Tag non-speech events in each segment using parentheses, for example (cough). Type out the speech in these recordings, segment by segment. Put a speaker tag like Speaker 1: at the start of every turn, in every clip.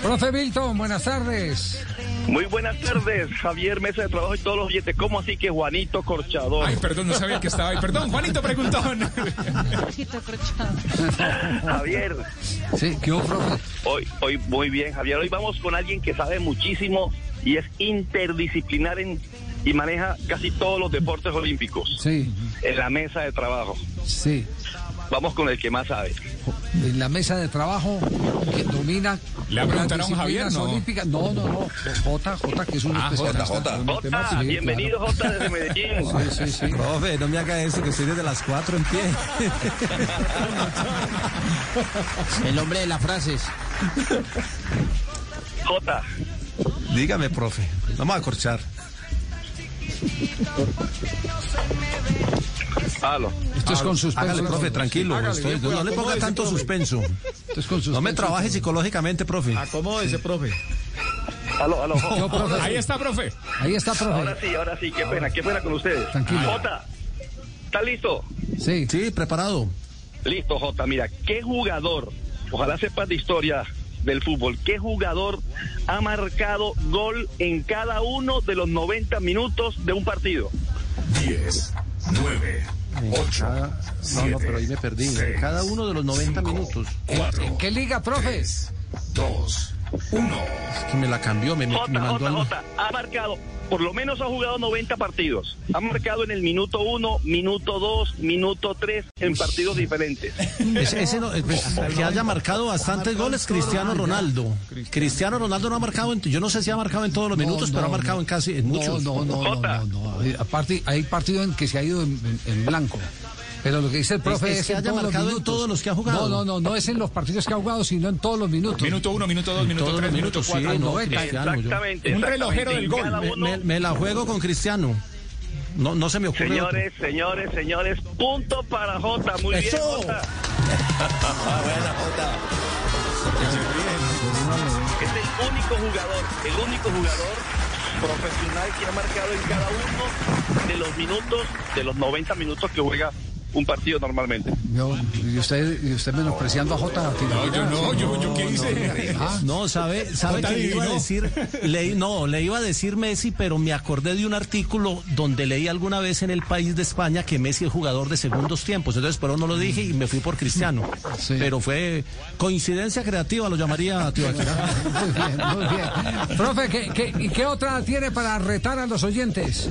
Speaker 1: Profe Milton, buenas tardes.
Speaker 2: Muy buenas tardes, Javier, mesa de trabajo y todos los oyentes. ¿Cómo así que Juanito Corchador?
Speaker 3: Ay, perdón, no sabía que estaba ahí. Perdón, Juanito preguntón.
Speaker 2: Javier,
Speaker 1: Sí, ¿qué hubo, profe?
Speaker 2: hoy, hoy muy bien, Javier. Hoy vamos con alguien que sabe muchísimo y es interdisciplinar en, y maneja casi todos los deportes olímpicos
Speaker 1: Sí,
Speaker 2: en la mesa de trabajo.
Speaker 1: sí.
Speaker 2: Vamos con el que más sabe.
Speaker 1: En la mesa de trabajo que domina.
Speaker 3: ¿Le preguntaron
Speaker 1: las
Speaker 3: a Javier,
Speaker 1: disciplinas
Speaker 3: no?
Speaker 1: olímpicas. No, no, no. Jota, Jota, que es un
Speaker 3: Ah,
Speaker 1: especialista.
Speaker 3: Jota,
Speaker 1: en el tema.
Speaker 2: Jota,
Speaker 1: Sí,
Speaker 2: bienvenido Jota desde
Speaker 4: (laughs)
Speaker 2: Medellín.
Speaker 1: claro. Sí, sí, sí.
Speaker 4: Profe, no me haga eso, que estoy desde las 4
Speaker 1: (laughs)
Speaker 4: en pie.
Speaker 5: El hombre de las frases.
Speaker 2: Jota,
Speaker 4: Dígame, profe. Vamos a corchar.
Speaker 2: halo.
Speaker 1: Esto es con suspenso.
Speaker 4: Ah, Hágale, profe, tranquilo. estoy- no le ponga tanto suspenso.
Speaker 1: Esto es con suspenso.
Speaker 4: No me trabaje psicológicamente, profe.
Speaker 1: Ah,
Speaker 5: Acomódese, profe.
Speaker 2: Aló, aló.
Speaker 1: Yo, profe,
Speaker 3: Ahí está, profe.
Speaker 1: ahí está,
Speaker 2: Ahora
Speaker 1: profe.
Speaker 2: sí, ahora sí, qué pena, qué pena con ustedes.
Speaker 1: Tranquilo.
Speaker 2: Jota, ¿está listo?
Speaker 1: Sí.
Speaker 4: Sí, preparado.
Speaker 2: Listo, Jota. Mira, ¿qué jugador, ojalá sepas de historia del fútbol, qué jugador ha marcado gol en cada uno de los 90 minutos de un partido?
Speaker 6: 10, 9, 8,
Speaker 4: No, no, pero ahí me perdí.
Speaker 6: Seis,
Speaker 4: Cada uno de los 90 minutos.
Speaker 6: 4,
Speaker 1: ¿Qué liga, profe?
Speaker 6: 2, 1.
Speaker 4: Es que me la cambió, me, me
Speaker 2: Jota,
Speaker 4: mandó
Speaker 2: Jota,
Speaker 4: al...
Speaker 2: Jota, ha marcado, por lo menos ha jugado 90 partidos. Ha marcado en el minuto 1, minuto 2, minuto 3, en partidos diferentes.
Speaker 4: Ese, ese no, eh, pues, que haya marcado bastantes goles, Cristiano Ronaldo. Cristiano Ronaldo no ha marcado, en, yo no sé si ha marcado en todos los minutos,
Speaker 1: No,
Speaker 4: pero
Speaker 1: no,
Speaker 4: ha marcado
Speaker 1: no.
Speaker 4: en casi, en muchos.
Speaker 1: No, no, no,
Speaker 2: Jota.
Speaker 1: no, no, no. Aparte, hay partido en que se ha ido en, en- en blanco. Pero lo que dice el profe
Speaker 4: es
Speaker 1: es,
Speaker 4: que
Speaker 1: en
Speaker 4: haya
Speaker 1: todos los
Speaker 4: marcado en
Speaker 1: minutos.
Speaker 4: todos los que ha jugado.
Speaker 1: No, no, no, no es en los partidos que ha jugado, sino en todos los minutos.
Speaker 3: Minuto uno, minuto dos, minuto
Speaker 4: todos
Speaker 3: tres,
Speaker 4: los
Speaker 3: minuto
Speaker 4: minutos,
Speaker 3: cuatro.
Speaker 4: sí, no,
Speaker 3: Eh,
Speaker 4: Cristiano, yo-
Speaker 2: exactamente.
Speaker 3: Un relojero
Speaker 2: exactamente,
Speaker 3: del
Speaker 2: en
Speaker 3: gol.
Speaker 2: cada
Speaker 4: Me,
Speaker 2: uno.
Speaker 4: me- me la juego con Cristiano. No, no se me ocurre. otro.
Speaker 2: Señores, señores, señores, punto para Jota. Muy bien,
Speaker 4: Eso.
Speaker 2: Jota. Es el único jugador, el único jugador profesional que ha marcado en cada uno de los minutos, de los 90 minutos que juega un partido normalmente.
Speaker 1: Yo- y, usted, y usted menospreciando a Jota.
Speaker 3: No, yo no, yo, yo qué hice.
Speaker 1: Ah,
Speaker 4: No, sabe, sabe
Speaker 3: Jota
Speaker 4: que le iba a
Speaker 3: adivinó.
Speaker 4: decir, le- no, le iba a decir Messi, pero me acordé de un artículo donde leí alguna vez en el país de España que Messi es jugador de segundos tiempos. Entonces, pero no lo dije y me fui por Cristiano.
Speaker 1: Sí.
Speaker 4: Pero fue coincidencia creativa, lo llamaría Tibaquirá.
Speaker 1: muy bien, muy bien. Profe, ¿qué, qué, y qué otra tiene para retar a los oyentes?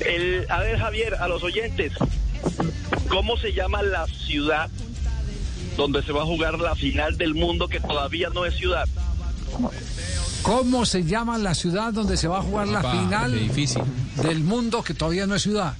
Speaker 2: El, a ver, Javier, a los oyentes, ¿cómo se llama la ciudad donde se va a jugar la final del mundo que todavía no es ciudad?
Speaker 1: ¿Cómo se llama la ciudad donde se va a jugar la
Speaker 3: Epa,
Speaker 1: final
Speaker 3: qué difícil.
Speaker 1: del mundo que todavía no es ciudad?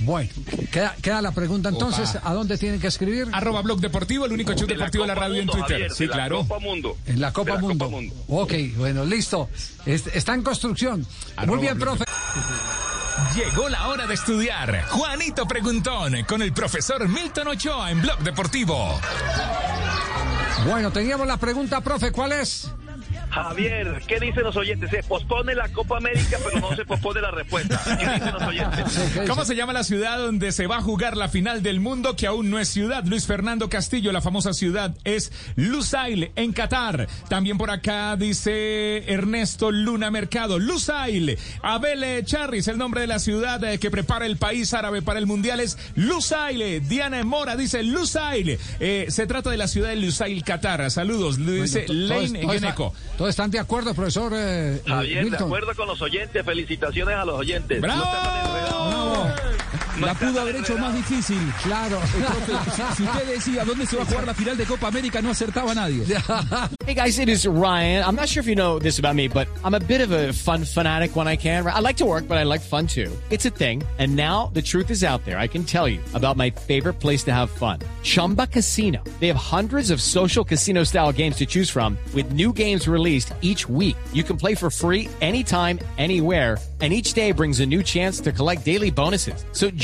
Speaker 1: Bueno, queda, queda la pregunta entonces, ¿a dónde tienen que escribir?
Speaker 3: Arroba Blog Deportivo, el único show
Speaker 2: De
Speaker 3: deportivo de la
Speaker 2: Copa
Speaker 3: radio en
Speaker 2: Mundo, Javier,
Speaker 3: Twitter. Sí,
Speaker 2: de la
Speaker 3: claro.
Speaker 2: Copa Mundo.
Speaker 1: En la Copa,
Speaker 2: De
Speaker 1: Mundo. Ok, bueno, listo. Es- está en construcción.
Speaker 3: Arroba
Speaker 1: Muy bien,
Speaker 3: Blog
Speaker 1: profe.
Speaker 3: Llegó la hora de estudiar. Juanito Preguntón con el profesor Milton Ochoa en Blog Deportivo.
Speaker 1: Bueno, teníamos la pregunta, profe, ¿cuál es?
Speaker 2: Javier, ¿qué dicen los oyentes? Se pospone la Copa América, pero no se pospone la respuesta. ¿Qué dicen los oyentes?
Speaker 3: (laughs)
Speaker 1: ¿Qué dice?
Speaker 3: ¿Cómo se llama la ciudad donde se va a jugar la final del mundo que aún no es ciudad? Luis Fernando Castillo, la famosa ciudad es Lusail en Qatar. También por acá dice Ernesto Luna Mercado, Lusail. Abel eh, Charris, el nombre de la ciudad eh, que prepara el país árabe para el mundial es Lusail. Diana Mora dice Lusail. Eh, se trata de la ciudad de Lusail, Qatar. Saludos, lo dice
Speaker 1: Bueno, to- todos-
Speaker 3: Lane
Speaker 1: todos están-
Speaker 3: Gueneco.
Speaker 1: Todos están de acuerdo, profesor eh, eh,
Speaker 2: Javier, de
Speaker 1: Milton.
Speaker 2: acuerdo con los oyentes, felicitaciones a los oyentes.
Speaker 3: ¡Bravo!
Speaker 2: No te hagas enredado.
Speaker 3: La pudo haber hecho más difícil.
Speaker 1: Claro.
Speaker 3: Eh, profe, si, si usted decía dónde se va a jugar la final de Copa América, no acertaba a nadie.
Speaker 7: Hey guys, it is Ryan. I'm not sure if you know this about me, but I'm a bit of a fun fanatic when I can. I like to work, but I like fun too. It's a thing. And now the truth is out there. I can tell you about my favorite place to have fun Chumba Casino. They have hundreds of social casino style games to choose from, with new games released each week. You can play for free anytime, anywhere. And each day brings a new chance to collect daily bonuses. So